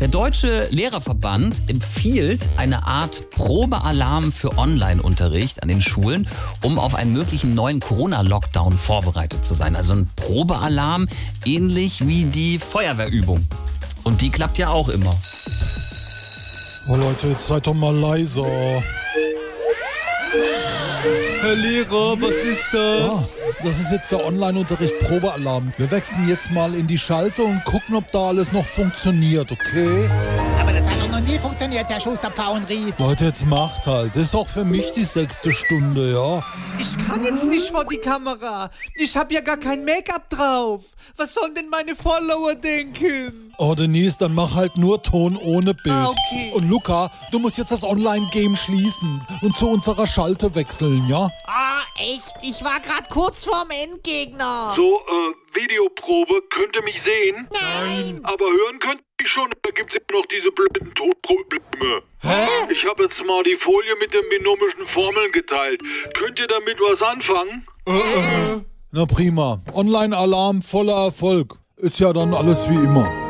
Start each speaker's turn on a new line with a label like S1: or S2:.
S1: Der Deutsche Lehrerverband empfiehlt eine Art Probealarm für Online-Unterricht an den Schulen, um auf einen möglichen neuen Corona-Lockdown vorbereitet zu sein. Also ein Probealarm, ähnlich wie die Feuerwehrübung. Und die klappt ja auch immer.
S2: Oh Leute, jetzt seid doch mal leiser.
S3: Herr Lehrer, was ist das?
S2: Ah, das ist jetzt der Online-Unterricht Probealarm. Wir wechseln jetzt mal in die Schalte und gucken, ob da alles noch funktioniert, okay?
S4: Aber das hat doch noch nie funktioniert, Herr Schusterpfauenried.
S2: Leute, jetzt macht halt. Das ist auch für mich die sechste Stunde, ja?
S3: Ich kann jetzt nicht vor die Kamera. Ich hab ja gar kein Make-up drauf. Was sollen denn meine Follower denken?
S2: Oh, Denise, dann mach halt nur Ton ohne Bild.
S3: Ah, okay.
S2: Und Luca, du musst jetzt das Online-Game schließen und zu unserer Schalte wechseln, ja?
S4: Ah, echt? Ich war gerade kurz vorm Endgegner.
S5: So, äh, Videoprobe, könnte mich sehen,
S4: Nein.
S5: aber hören könnt ihr schon. Da gibt's immer noch diese blöden Tonprobleme. Hä? Ich habe jetzt mal die Folie mit den binomischen Formeln geteilt. Könnt ihr damit was anfangen?
S2: Na prima. Online-Alarm voller Erfolg. Ist ja dann alles wie immer.